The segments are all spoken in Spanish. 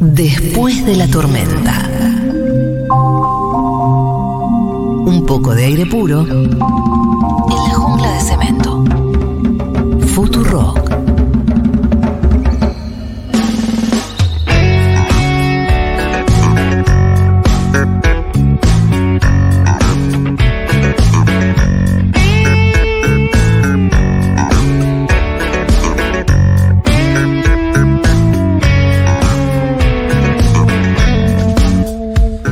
Después de la tormenta. Un poco de aire puro en la jungla de cemento. Futurock.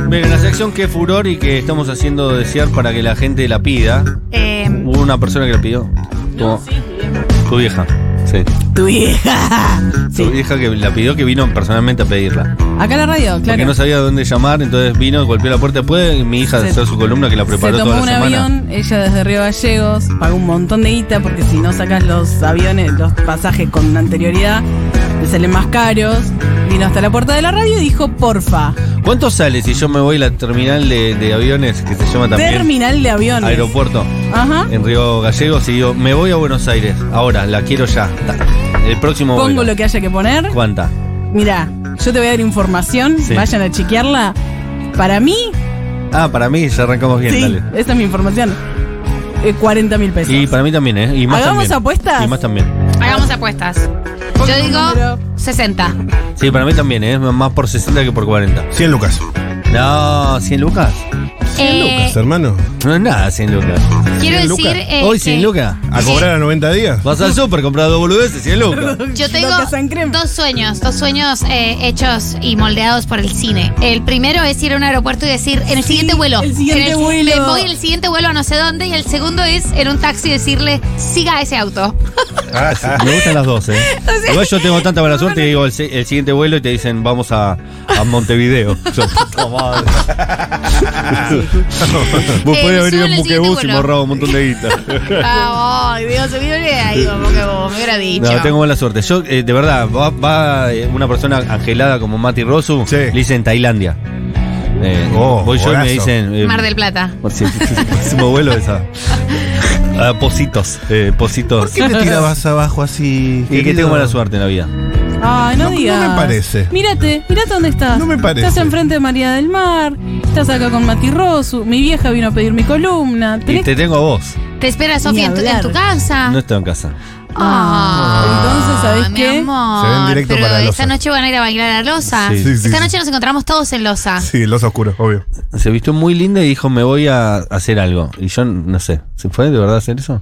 Miren, la sección que furor y que estamos haciendo desear para que la gente la pida. Eh, Hubo una persona que la pidió. Tu, tu vieja. Sí. Tu hija. Tu Sí. vieja que la pidió que vino personalmente a pedirla. Acá en la radio, Porque claro. no sabía dónde llamar, entonces vino, golpeó la puerta. Puede mi hija Se- hacer su columna que la Se preparó tomó toda un la semana. avión, ella desde Río Gallegos, pagó un montón de guita porque si no sacas los aviones, los pasajes con anterioridad, te salen más caros. Vino hasta la puerta de la radio y dijo, porfa, ¿Cuánto sale si yo me voy a la terminal de, de aviones que se llama también? terminal de aviones. Aeropuerto Ajá. en Río Gallegos y digo, me voy a Buenos Aires. Ahora, la quiero ya. Ta. El próximo Pongo vuelo. lo que haya que poner. ¿Cuánta? Mira, yo te voy a dar información, Sí. vayan a chequearla. Para mí, Ah, para mí ya arrancamos bien, sí, dale. esta es mi información. Eh, 40 mil pesos. Y para mí también, ¿eh? Y más ¿Hagamos también. apuestas? Y más también. hagamos apuestas. Yo digo número. 60. Sí, para mí también, ¿eh? Más por 60 que por 40. 100 lucas. No, 100 lucas. Eh, Lucas, hermano. No es nada 100 lucas. quiero decir. 100 lucas. eh, Hoy que 100 lucas. ¿A cobrar a 90 días? Vas al súper, compras dos boludeces, 100 lucas. Yo tengo Loca San Crema. dos sueños, dos sueños eh, hechos y moldeados por el cine. El primero es ir a un aeropuerto y decir, en el siguiente vuelo. el siguiente en el- vuelo. me voy en el siguiente vuelo a no sé dónde. Y el segundo es en un taxi decirle, siga ese auto. Ah, Me gustan las dos, ¿eh? sea- Igual yo tengo tanta mala suerte que digo el, si- el siguiente vuelo y te dicen vamos a, a Montevideo. Yo, puta madre. Vos Eh, podés me haber ido subo en en el siguiente buquebús y vuelo. morrado un montón de guita. Ay, Dios, se me hubiera ido, porque vos me hubiera dicho. No, tengo mala suerte. Yo, eh, de verdad, va, va, eh, una persona angelada como Mati Rosu, Sí. le dicen Tailandia. Eh, Oh, voy yo y me golazo. dicen. eh, Mar del Plata. Sí, sí, sí, próximo vuelo esa. Ah, positos, eh, positos. ¿Por qué te tirabas abajo así? Y que querido? tengo mala suerte en la vida. Ay, no, No, no digas. me parece. Mírate, mirate dónde estás. No me parece. Estás enfrente de María del Mar, estás acá con Mati Rosu, mi vieja vino a pedir mi columna. Y tenés- te tengo a vos. Te espera Ni Sofía en tu, en hablar. tu casa. No estoy en casa. entonces, ¿sabés mi qué? amor, Se ven directo pero para la esta loza. noche van a ir a bailar a Losa. Sí. Sí, sí, esta sí. noche nos encontramos todos en Losa. Sí, los oscuros, obvio. Se vistió muy linda y dijo, me voy a hacer algo. Y yo no sé. ¿Se puede de verdad hacer eso?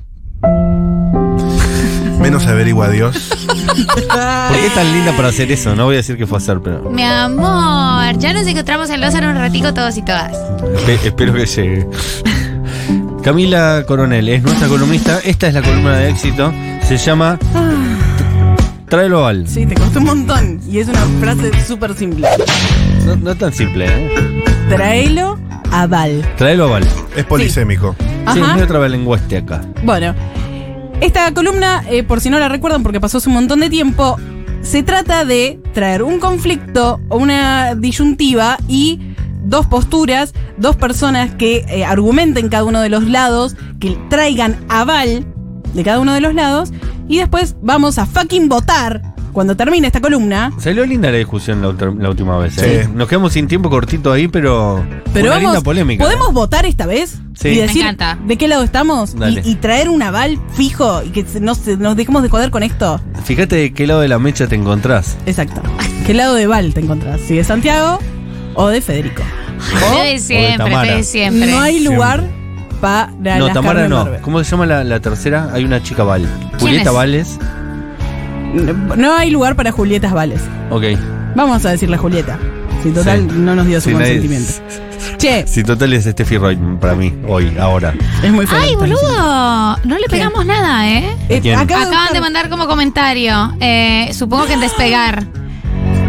Menos averigua Dios. ¿Por qué es tan linda para hacer eso? No voy a decir qué fue a hacer, pero Mi amor, ya nos encontramos en Losa en un ratico todos y todas. espe- espero que llegue. Camila Coronel es nuestra columnista. Esta es la columna de éxito. Se llama Tráelo al. Sí, te costó un montón. Y es una frase súper simple. No, no es tan simple, ¿eh? Traelo a Val. Tráelo al. Es polisémico. Sí, es Ajá. medio trabalenguaste acá. Bueno, esta columna, eh, por si no la recuerdan porque pasó hace un montón de tiempo, se trata de traer un conflicto o una disyuntiva y dos posturas, dos personas que eh, argumenten cada uno de los lados, que traigan aval de cada uno de los lados y después vamos a fucking votar cuando termine esta columna. Salió linda la discusión la, ultra- la última vez. ¿eh? Sí. Nos quedamos sin tiempo cortito ahí, pero. Pero una vamos, linda polémica. ¿eh? ¿podemos votar esta vez? Sí. Y Me decir encanta. de qué lado estamos Dale. y, y traer un aval fijo y que se- no se- nos dejemos de joder con esto. ¿eh? Fíjate de qué lado de la mecha te encontrás. Exacto. ¿Qué lado de Val te encontrás? ¿Si de Santiago o de Federico? Fe de siempre, Tamara. fe de siempre. No hay lugar para no, las Tamara Carmen no. Barber. ¿Cómo se llama la, la tercera? Hay una chica Val. Julieta es? Vales. No- No hay lugar para Julietas Vales. Ok. Vamos a decirle a Julieta. Si total Sí. no nos dio su Sí, nadie- consentimiento. Che, Si total es Steffi Roy para mí, hoy, ahora. es muy feo. Ay, lo que están diciendo. boludo, no le pegamos nada, ¿eh? Eh, quién? acabo de Acaban buscar- de mandar como comentario, eh, supongo que en despegar.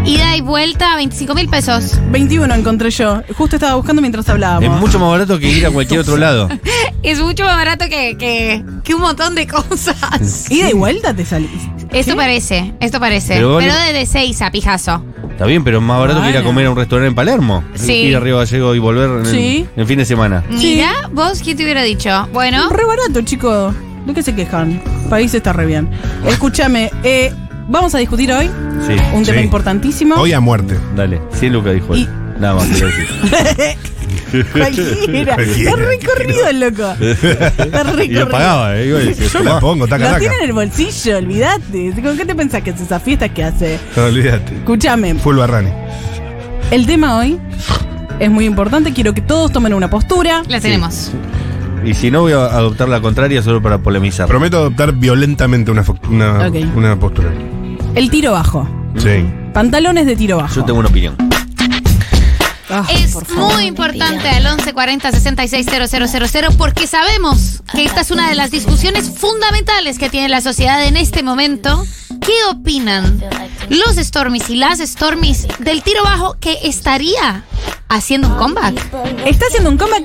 Ida y vuelta, 25 mil pesos. 21 encontré yo. Justo estaba buscando mientras hablábamos. Es mucho más barato que ir a cualquier otro lado. Es mucho más barato que, que, que un montón de cosas. Ida y vuelta te salís. Esto parece, esto parece. Pero Pero, vos no- de, de seis a pijazo. Está bien, pero es más barato que ir a Bueno. comer a un restaurante en Palermo. Sí. Ir a Río Gallego y volver en, Sí. en fin de semana. Sí. Mira, vos, ¿quién te hubiera dicho? Bueno, Re barato, chico. ¿De qué se quejan? País está re bien. Escúchame, eh, Vamos a discutir hoy Sí. un tema Sí. importantísimo. Hoy a muerte. Dale, 100 lucas dijo él. Nada más, quiero decir. Cualquiera. Está recorrido el loco. Está Y lo recorrido. pagaba, eh. Iba a decir, Yo la tomá. pongo, taca, Lo taca. tiene en el bolsillo, olvídate. ¿Con qué te pensás que es esa fiesta que hace? No, olvídate. Escúchame, Full Barrani. el tema hoy es muy importante. Quiero que todos tomen una postura. La tenemos. Y si no, voy a adoptar la contraria solo para polemizar. Prometo adoptar violentamente una, fo- una, Ok. una postura. El tiro bajo. Sí. Pantalones de tiro bajo. Yo tengo una opinión. Ah, Es por favor. muy importante al 1140 000 porque sabemos que esta es una de las discusiones fundamentales que tiene la sociedad en este momento. ¿Qué opinan los Stormies y las Stormies del tiro bajo que estaría haciendo un comeback? Está haciendo un comeback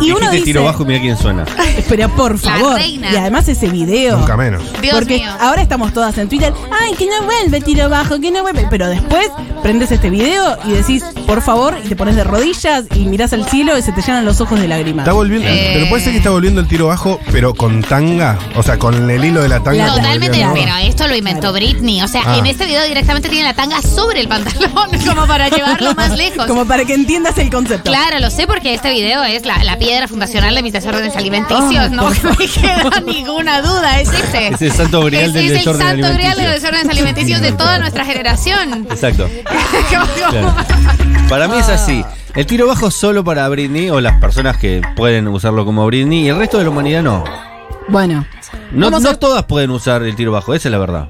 y uno Dijiste dice. tiro bajo y mira quién suena. Espera, por favor. reina. Y además ese video. Nunca menos. Dios Porque mío. ahora estamos todas en Twitter. Ay, que no vuelve tiro bajo, que no vuelve. Pero después prendes este video y decís, por favor, y te pones de rodillas y mirás al cielo y se te llenan los ojos de lágrimas. Está volviendo. Eh. Pero puede ser que está volviendo el tiro bajo, pero con tanga. O sea, con el hilo de la tanga. como Totalmente, volvió, ¿no? pero esto lo inventó Britney. O sea, Ah. en este video directamente tiene la tanga sobre el pantalón, como para llevarlo más lejos. Como para que entiendas el concepto. Claro, lo sé porque este video es la, la piedra fundacional de mis desórdenes alimenticios. Ah, no por me queda ninguna duda, es ese. Es el santo grial Ese del es el desorden santo grial de alimenticio. los desórdenes alimenticios de toda nuestra generación. Exacto. Como- Claro. Para mí es así. El tiro bajo es solo para Britney o las personas que pueden usarlo como Britney y el resto de la humanidad no. Bueno, No, Vamos no a- todas pueden usar el tiro bajo, esa es la verdad.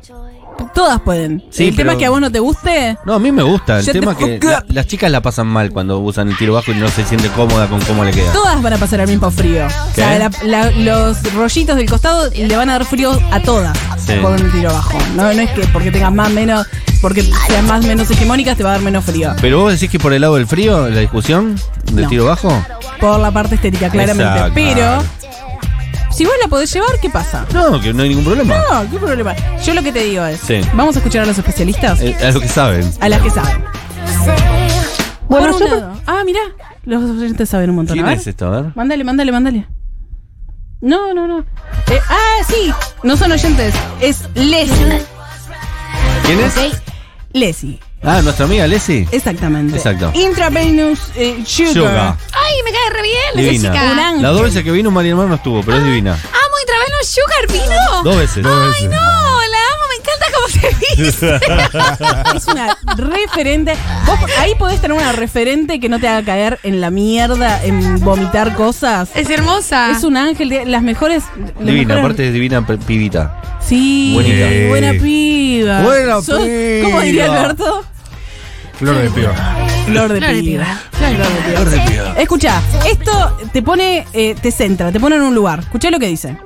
todas pueden. Sí, el tema pero- es que a vos no te guste. No, a mí me gusta. El Shut the tema que fuck up. la- las chicas la pasan mal cuando usan el tiro bajo y no se siente cómoda con cómo le queda. Todas van a pasar al mismo frío. O sea, la- la- los rollitos del costado le van a dar frío a todas Sí. con un tiro bajo. No, no es que porque tengas más menos, porque seas más menos hegemónicas te va a dar menos frío. Pero vos decís que por el lado del frío, la discusión del No. tiro bajo. Por la parte estética, claramente. Exacto. Pero si vos la podés llevar, ¿qué pasa? No, que no hay ningún problema. No, qué problema. Yo lo que te digo es, Sí. vamos a escuchar a los especialistas, Eh, es lo que saben. a las que saben. Bueno, Por un yo lado- Ah, mirá, los oyentes saben un montón. ¿Quién A ver. es esto? A ver. Mándale, mándale, mándale. No, no, no. Eh, ah, sí, no son oyentes, es Leslie. ¿Quién es? ¿Ok? Leslie, Ah, nuestra amiga Leslie. exactamente. Exacto. Intravenous eh, Sugar. Yoga. Ay, me cae re bien esa Divina. chica. Un ángel. La dos veces que vino María Mar no estuvo, pero es divina. Amo Intravenous Sugar, ¿vino? Dos veces. Ay, no, la amo, me encanta cómo se viste. Es una referente. Vos po- ahí podés tener una referente que no te haga caer en la mierda, en vomitar cosas. Es hermosa. Es un ángel, de las mejores. las Divina, mejores- aparte es divina pe- pibita. Sí, Buenita. buena piba. Buena Sos- piba. ¿Cómo diría Alberto? Flor de piba. Flor de Flor de piba. piba. Flor de piba. Escucha, esto te pone, eh, te centra, te pone en un lugar. Escucha lo que dice.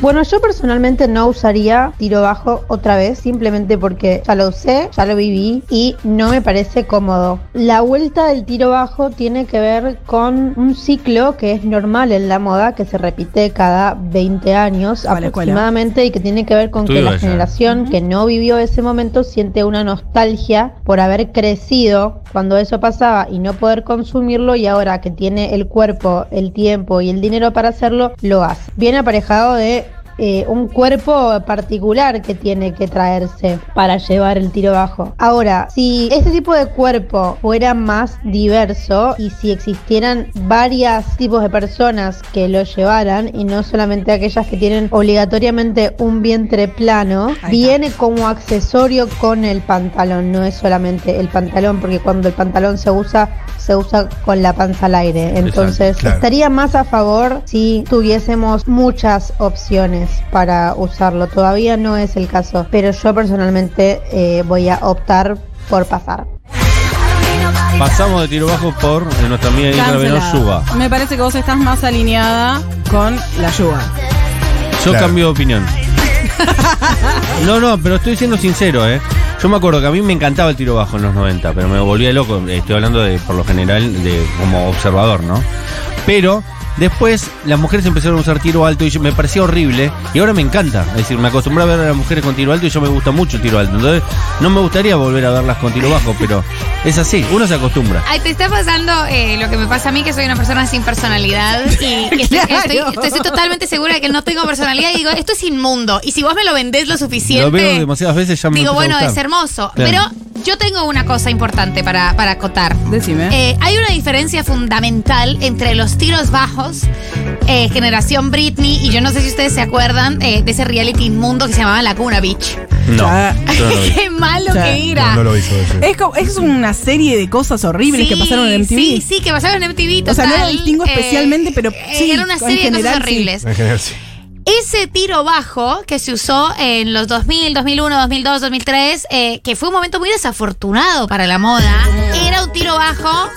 Bueno, yo personalmente no usaría tiro bajo otra vez, simplemente porque ya lo usé, ya lo viví y no me parece cómodo. La vuelta del tiro bajo tiene que ver con un ciclo que es normal en la moda, que se repite cada 20 años ¿Cuál es, cuál es? aproximadamente y que tiene que ver con Tú que la ibas a- generación que no vivió ese momento siente una nostalgia por haber crecido cuando eso pasaba y no poder consumirlo y ahora que tiene el cuerpo, el tiempo y el dinero para hacerlo, lo hace. Viene aparejado de eh, un cuerpo particular que tiene que traerse para llevar el tiro bajo. Ahora, si este tipo de cuerpo fuera más diverso y si existieran varios tipos de personas que lo llevaran y no solamente aquellas que tienen obligatoriamente un vientre plano, está. viene como accesorio con el pantalón, no es solamente el pantalón, porque cuando el pantalón se usa, se usa con la panza al aire. Entonces, claro. estaría más a favor si tuviésemos muchas opciones para usarlo. Todavía no es el caso, pero yo personalmente eh, voy a optar por pasar. Pasamos de tiro bajo por eh, nuestra amiga Intravenous Cancelada. Yuga. Me parece que vos estás más alineada con la yuga. Yo Claro. cambio de opinión. No, no, pero estoy siendo sincero, ¿eh? Yo me acuerdo que a mí me encantaba el tiro bajo en los 90, pero me volvía loco. Estoy hablando de, por lo general, de como observador, ¿no? Pero Después las mujeres empezaron a usar tiro alto y yo- me parecía horrible. Y ahora me encanta. Es decir, me acostumbré a ver a las mujeres con tiro alto y yo me gusta mucho el tiro alto. Entonces no me gustaría volver a verlas con tiro bajo, pero es así, uno se acostumbra. Ay, te está pasando eh, lo que me pasa a mí, que soy una persona sin personalidad y que estoy, Claro. estoy- estoy- estoy totalmente segura de que no tengo personalidad y digo, esto es inmundo. Y si vos me lo vendés lo suficiente, Lo veo demasiadas veces, ya me empieza digo, a bueno, gustar. es hermoso. Claro. Pero yo tengo una cosa importante para, para acotar. Decime. Eh, hay una diferencia fundamental entre los tiros bajos, eh, generación Britney, y yo no sé si ustedes se acuerdan eh, de ese reality inmundo que se llamaba La Cuna Beach. No, Ah. yo no lo vi. Qué malo Sí. que era. No, no lo hizo ese. Es, como- es una serie de cosas horribles que Sí, pasaron en MTV. Sí, sí, que pasaron en MTV. O sea, no total. Eh, la distingo especialmente, pero sí, Era una en serie de general, cosas sí. horribles. En general, sí. Ese tiro bajo que se usó en los 2000, 2001, 2002, 2003, eh, que fue un momento muy desafortunado para la moda, era un tiro bajo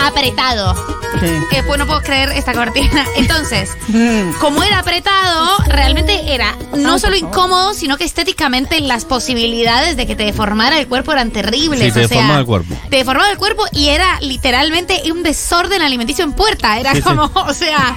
apretado. Sí. Que pues no puedo creer esta cortina. Entonces, Mm. como era apretado, realmente era no solo incómodo, sino que estéticamente las posibilidades de que te deformara el cuerpo eran terribles. Sí, te o sea, deformaba el cuerpo. Te deformaba el cuerpo y era literalmente un desorden alimenticio en puerta. Era Sí, sí. como, o sea.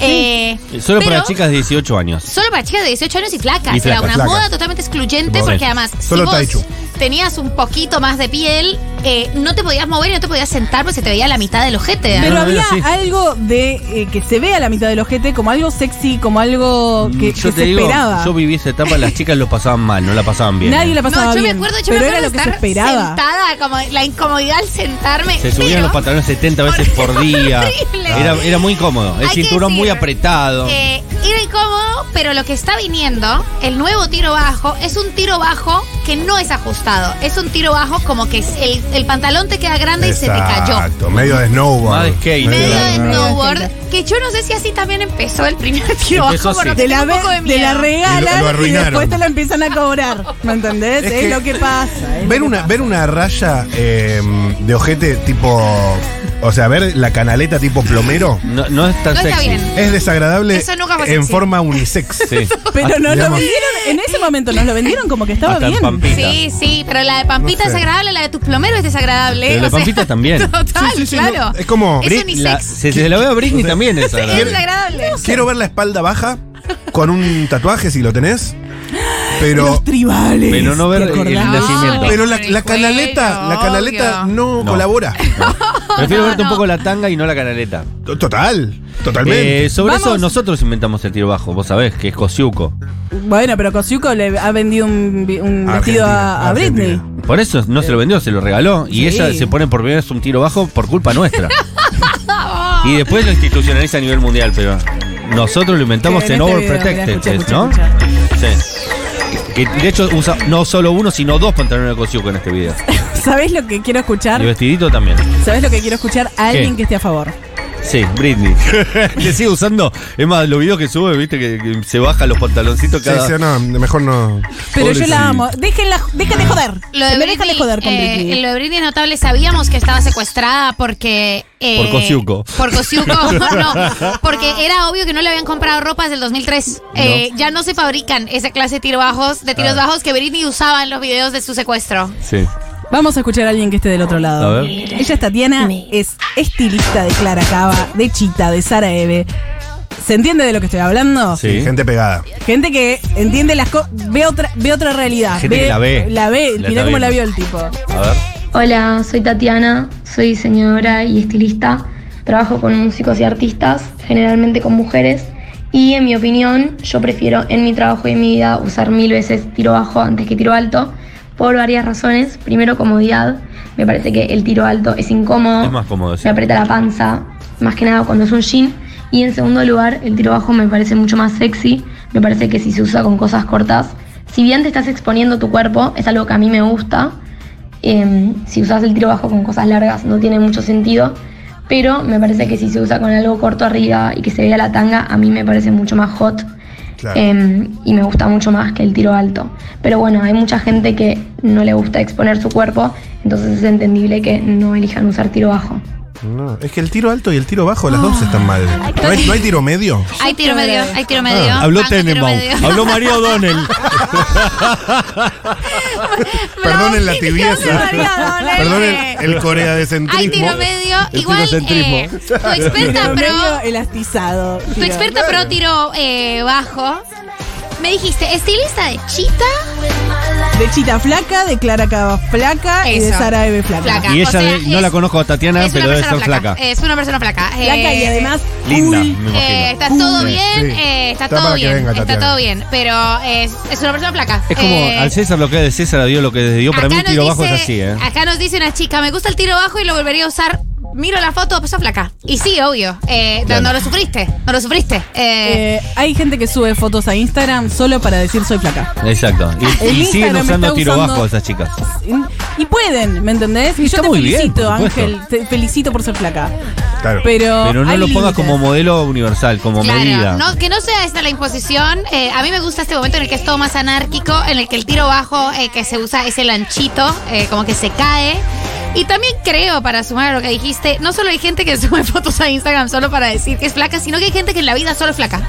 eh, Solo para pero chicas de 18 años. Solo para chicas de 18 años y flacas. Y flacas, era una flacas. moda totalmente excluyente Correcto. porque además, Solo si taichu. vos tenías un poquito más de piel, eh, no te podías mover y no te podías sentar porque se te veía la mitad del ojete. ¿eh? ¿verdad? Pero no, había era así. algo de eh, que se ve a la mitad del ojete como algo sexy, como algo que, Mm, yo te que se digo, esperaba. yo viví esa etapa, las chicas lo pasaban mal, no la pasaban bien. eh. Nadie la pasaba no, yo bien, me acuerdo, yo pero me era acuerdo lo que se estar esperaba. sentada, como la incomodidad al sentarme. Se subían pero, los pantalones 70 veces por día. Horrible. Era, era muy incómodo. El Hay que cinturón muy decir, apretado. eh, era incómodo, pero lo que está viniendo, el nuevo tiro bajo, es un tiro bajo que no es ajustado. Es un tiro bajo como que es- el, el pantalón te queda grande y se te cayó. Exacto, medio de snowboard. Más de skate. Medio de- de Medio de snowboard, que yo no sé si así también empezó el primer tiro Empezó bajo, pero así. Te la, tengo un poco de ven- te la miedo. Y lo- lo regalan y, arruinaron. después te la empiezan a cobrar. ¿Me entendés? Es Es, que- lo que pasa. es Ver lo que una, pasa. ver una raya eh, de ojete tipo. O sea, ver la canaleta tipo plomero No, no es tan No está sexy. bien. es desagradable Eso nunca fue en sexy. forma unisex. Sí. Pero nos lo Digamos- vendieron, en ese momento nos lo vendieron como que estaba Hasta en bien. Pampita. Sí, sí, pero la de Pampita No sé. es agradable, la de tus plomeros es desagradable. Pero la o sea, Pampita también. Total, Sí, sí, sí, claro. no, es como- Es Brit- unisex. La- se, se la veo a Britney también es Es agradable. desagradable. Quiero ver la espalda baja con un tatuaje si lo tenés. Pero. Los tribales. Pero no ver ¿te acordás? el nacimiento. Pero la, Pero la el canaleta, cuello, la canaleta obvio. no, No. colabora. Prefiero No, verte un no. poco la tanga y no la canaleta. Total, totalmente. Eh, sobre eso Vamos. nosotros inventamos el tiro bajo, vos sabés, que es Kosiuko. Bueno, pero Kosiuko le ha vendido un, vi- un vestido a, a Argentina. Britney. Por eso no se lo vendió, se lo regaló. Y Sí. ella se pone por primera vez un tiro bajo por culpa nuestra. y después lo institucionaliza a nivel mundial, pero nosotros lo inventamos Sí, en, en este Overprotected, video, mirá, escucha, escucha, ¿no? Sí. Que de hecho usa no solo uno, sino dos pantalones de Kosiuko en este video. ¿Sabés lo que Y quiero escuchar? vestidito también. ¿Sabés lo que quiero escuchar? A alguien que esté a favor. Sí, Britney. que sigue usando. Es más, los videos que sube, viste, que, que se baja los pantaloncitos Sí, cada. sí, no, mejor no. Pero yo la Pobrecita. amo. Déjenla, déjate joder. Lo de, Me Britney, dejan de joder con eh, Britney. lo de Britney es notable. Sabíamos que estaba secuestrada porque. eh, Por Kosiuko. Por Kosiuko, no. Porque era obvio que no le habían comprado ropas del 2003. Eh, ya no se fabrican esa clase de tiros bajos, de tiros bajos que Britney usaba en los videos de su secuestro. Sí. Vamos a escuchar a alguien que esté del otro lado. A ver. Ella es Tatiana, es estilista de Clara Cava, de Chita, de Sara Eve. ¿Se entiende de lo que estoy hablando? Sí. Gente pegada. Gente que entiende las cosas, ve otra, ve otra realidad. Gente que la ve. La ve, La mirá está cómo la vio viendo. el tipo. A ver. Hola, soy Tatiana, soy diseñadora y estilista. Trabajo con músicos y artistas, generalmente con mujeres. Y en mi opinión, yo prefiero en mi trabajo y en mi vida usar mil veces tiro bajo antes que tiro alto, por varias razones. Primero, comodidad. Me parece que el tiro alto es incómodo. Es más cómodo, sí. Me aprieta la panza, más que nada cuando es un jean. Y en segundo lugar, el tiro bajo me parece mucho más sexy. Me parece que si se usa con cosas cortas, si bien te estás exponiendo tu cuerpo, es algo que a mí me gusta. Em, si usas el tiro bajo con cosas largas no tiene mucho sentido, pero me parece que si se usa con algo corto arriba y que se vea la tanga, a mí me parece mucho más hot Claro. em, y me gusta mucho más que el tiro alto. Pero bueno, hay mucha gente que no le gusta exponer su cuerpo, entonces es entendible que no elijan usar tiro bajo. No, es que el tiro alto y el tiro bajo, las dos están mal. Ah, ¿No hay, no hay tiro medio? Hay tiro medio, hay tiro medio. Ah, habló banco tiro Tenenbaum, medio. habló María O'Donnell. Ah, Perdonen la tibieza. María Perdonen O'Donnell. el Corea de Hay tiro medio, El igual tirocentrismo. eh, tu experta Medio pro, elastizado. tu experta pro tiro eh, bajo. Me dijiste, estilista de chita, De Chita Flaca, de Clara Cava Flaca y de Eso. Sara Eve Flaca. Flaca. Y o ella sea, de- no es- la conozco a Tatiana, es una pero debe persona ser flaca. flaca. Es una persona flaca. Flaca y Eh, además. Linda, cool. me Eh, imagino. está todo bien, sí. eh, está, Está todo para que bien, venga, está Tatiana. todo bien, pero es, es una persona flaca. Es como Eh, al César lo que es de César, a Dios lo que es de Dios. Para acá mí el nos tiro bajo es dice- así, ¿eh? Acá nos dice una chica, me gusta el tiro bajo y lo volvería a usar. Miro la foto, pues sos flaca. Y sí, obvio. Eh, no- No lo sufriste, no lo sufriste. Eh, Eh, hay gente que sube fotos a Instagram solo para decir soy flaca. Exacto. Y, El y siguen Instagram usando está tiro usando- bajo esas chicas. Y pueden, ¿me entendés? Y yo Está te muy bien, felicito, por supuesto. Ángel. Te felicito por ser flaca. Claro. Pero, Pero no hay lo pongas límites. como modelo universal, como medida. no, que no sea esta la imposición. Eh, a mí me gusta este momento en el que es todo más anárquico, en el que el tiro bajo eh, que se usa es el anchito, eh, como que se cae. Y también creo, para sumar a lo que dijiste, no solo hay gente que sube fotos a Instagram solo para decir que es flaca, sino que hay gente que en la vida solo es flaca.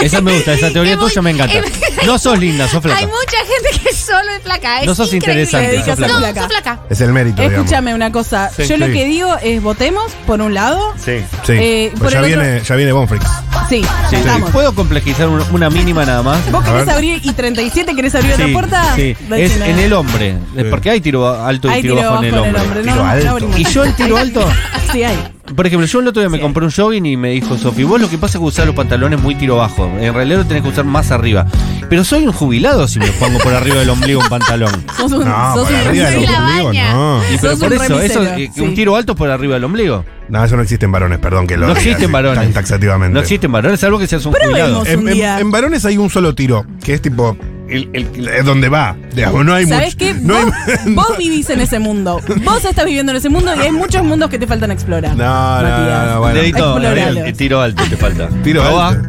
Esa me gusta, esa teoría Es muy- tuya me encanta. es- No sos linda, sos flaca. Hay mucha gente que solo es flaca. Es No sos increíble. interesante, Te dedicas sos a No, flaca. sos flaca. Es el mérito, digamos. Escúchame una cosa. Sí, yo lo sí. que digo es votemos, por un lado. Sí. Sí. Eh, Pues por ya, el otro- viene, ya viene Bonfrix. Sí, Sí. estamos. ¿Puedo complejizar un- una mínima nada más? ¿Vos A querés ver. abrir y 37 querés abrir Sí, otra puerta? sí. Es en el hombre. Sí. Porque hay tiro ba- alto y Hay tiro, bajo en el hombre. No, Tiro no, no alto. abrimos. Y yo el tiro alto. Sí, hay. Por ejemplo, yo el otro día me compré un jogging y me dijo Sofi, vos lo que pasa es que usás los pantalones muy tiro bajo. En realidad lo tenés que usar más arriba. Pero soy un jubilado si me pongo por arriba del ombligo un pantalón. Sos un, No, sos por un arriba del de la ombligo, baña. no. Y pero Sos por un eso, eso remisero, eh, sí. un tiro alto por arriba del ombligo. No, eso no existen varones, perdón que lo No diga existen así, varones. Tan taxativamente. No existen varones, salvo que seas un jubilado. Eh, vemos. En, Un en- día. en varones hay un solo tiro, que es tipo. El, el- es donde va. Digamos, no hay mucho. ¿Sabés qué? No hay- vos, vos vivís en ese mundo. Vos estás viviendo en ese mundo y hay muchos mundos que te faltan explorar. No, no, Matías. no, no, bueno. Dedito, Exploralo. eh, tiro alto te falta. Tiro Probá. alto.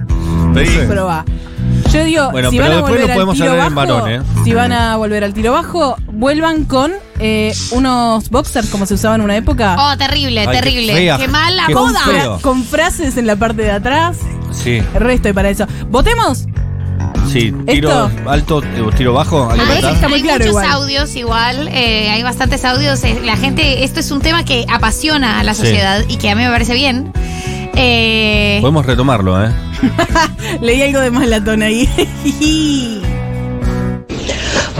Pedí. Sí. Probá. Yo digo, Bueno, si pero van a después volver lo al podemos tiro hablar bajo, en varón, ¿eh? si van a volver al tiro bajo, vuelvan con eh, unos boxers como se usaba en una época. Oh, terrible, Ay, qué terrible. fea. Qué, mala Qué moda. feo. con frases en la parte de atrás. Sí, Resto y para eso. ¿Votemos? sí. Tiro Esto- alto, eh, tiro bajo. hay Me que parece votar. que está muy hay claro muchos igual. audios igual, eh, hay bastantes audios. eh, La gente, esto es un tema que apasiona a la Sí. sociedad y que a mí me parece bien. Eh, Podemos retomarlo, ¿eh? Leí algo de más latón ahí.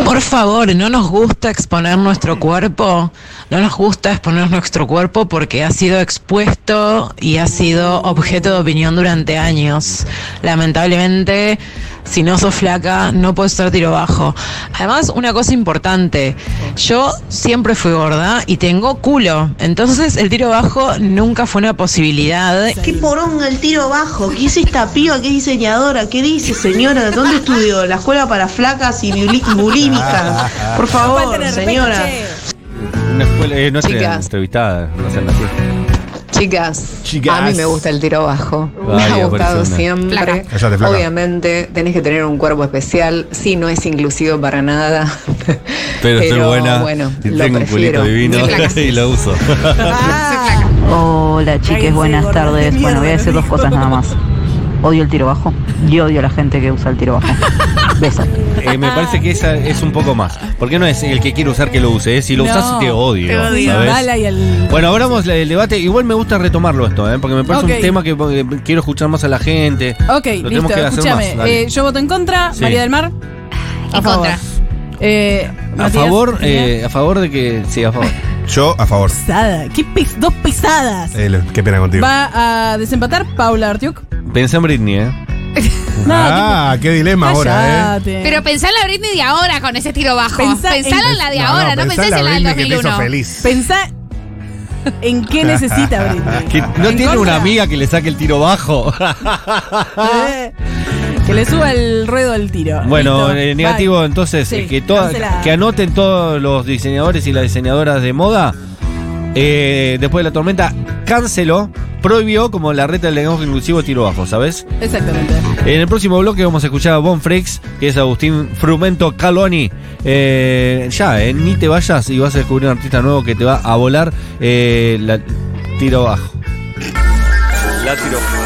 Por favor, no nos gusta exponer nuestro cuerpo, no nos gusta exponer nuestro cuerpo porque ha sido expuesto y ha sido objeto de opinión durante años. Lamentablemente, si no sos flaca, no puedes usar tiro bajo. Además, una cosa importante, yo siempre fui gorda y tengo culo, entonces el tiro bajo nunca fue una posibilidad ¿Qué poronga el tiro bajo? ¿Qué es esta piba? ¿Qué diseñadora? ¿Qué dice, señora? ¿Dónde estudió? ¿La escuela para flacas y buli- bulímicas? Por Oh, Falta favor, de respeto, señora. che. Una escuela, eh, no es Chicas. entrevistada, no sean así. Chicas, Chicas. a mí me gusta el tiro bajo. Me Ay, ha gustado apareció siempre. Flaca. Cállate, flaca. Obviamente, tenés que tener un cuerpo especial. Sí, no es inclusivo para nada. Pero, soy buena. Bueno, y lo tengo un culito prefiero. divino Soy flaca. y lo uso. Ah, Hola Cállense, chiques, buenas gordos de tardes. Bueno, voy a mierda, decir dos dijo. cosas nada más. Odio el tiro bajo y odio a la gente que usa el tiro bajo. Besos. Eh, me parece que esa es un poco más. Porque no es el que quiere usar que lo use, es si lo No, usas te odio. te odio. ¿sabes? Bala y el- Bueno, abramos el debate. Igual me gusta retomarlo esto, ¿eh? porque me parece Ok. un tema que eh, quiero escuchar más a la gente. Ok, lo listo, tenemos que hacer escúchame. más. dale. Eh, yo voto en contra, Sí. María del Mar. En contra. Eh, a Matías, favor, Cristina. eh, a favor de que. Sí, a favor. Yo a favor. Pesada. ¿Qué pes- dos pesadas? Eh, qué pena contigo. Va a desempatar Paula Artiuk. Pensé en Britney, ¿eh? No, ah, qué dilema ahora, ¿eh? Cállate. Pero pensá en la Britney de ahora con ese tiro bajo. Pensá Pensá, en, en- la de No, ahora, no, pensá pensés en la del Britney que te hizo 2001. feliz. pensá en qué necesita Britney. Que no Ah. ¿En tiene una contra? amiga que le saque el tiro bajo. Eh, que le suba el ruedo al tiro. bueno, Ah, Listo. eh, negativo Bye. entonces, Sí, eh, que, toda- cancelada. que anoten todos los diseñadores y las diseñadoras de moda. eh, después de la tormenta, canceló, prohibió como la reta del lenguaje inclusivo tiro bajo, ¿sabes? Exactamente. En el próximo bloque vamos a escuchar a Bon Freaks, que es Agustín Frumento Caloni. Eh, ya, eh, ni te vayas y vas a descubrir un artista nuevo que te va a volar eh, la- Tiro bajo. La tiró.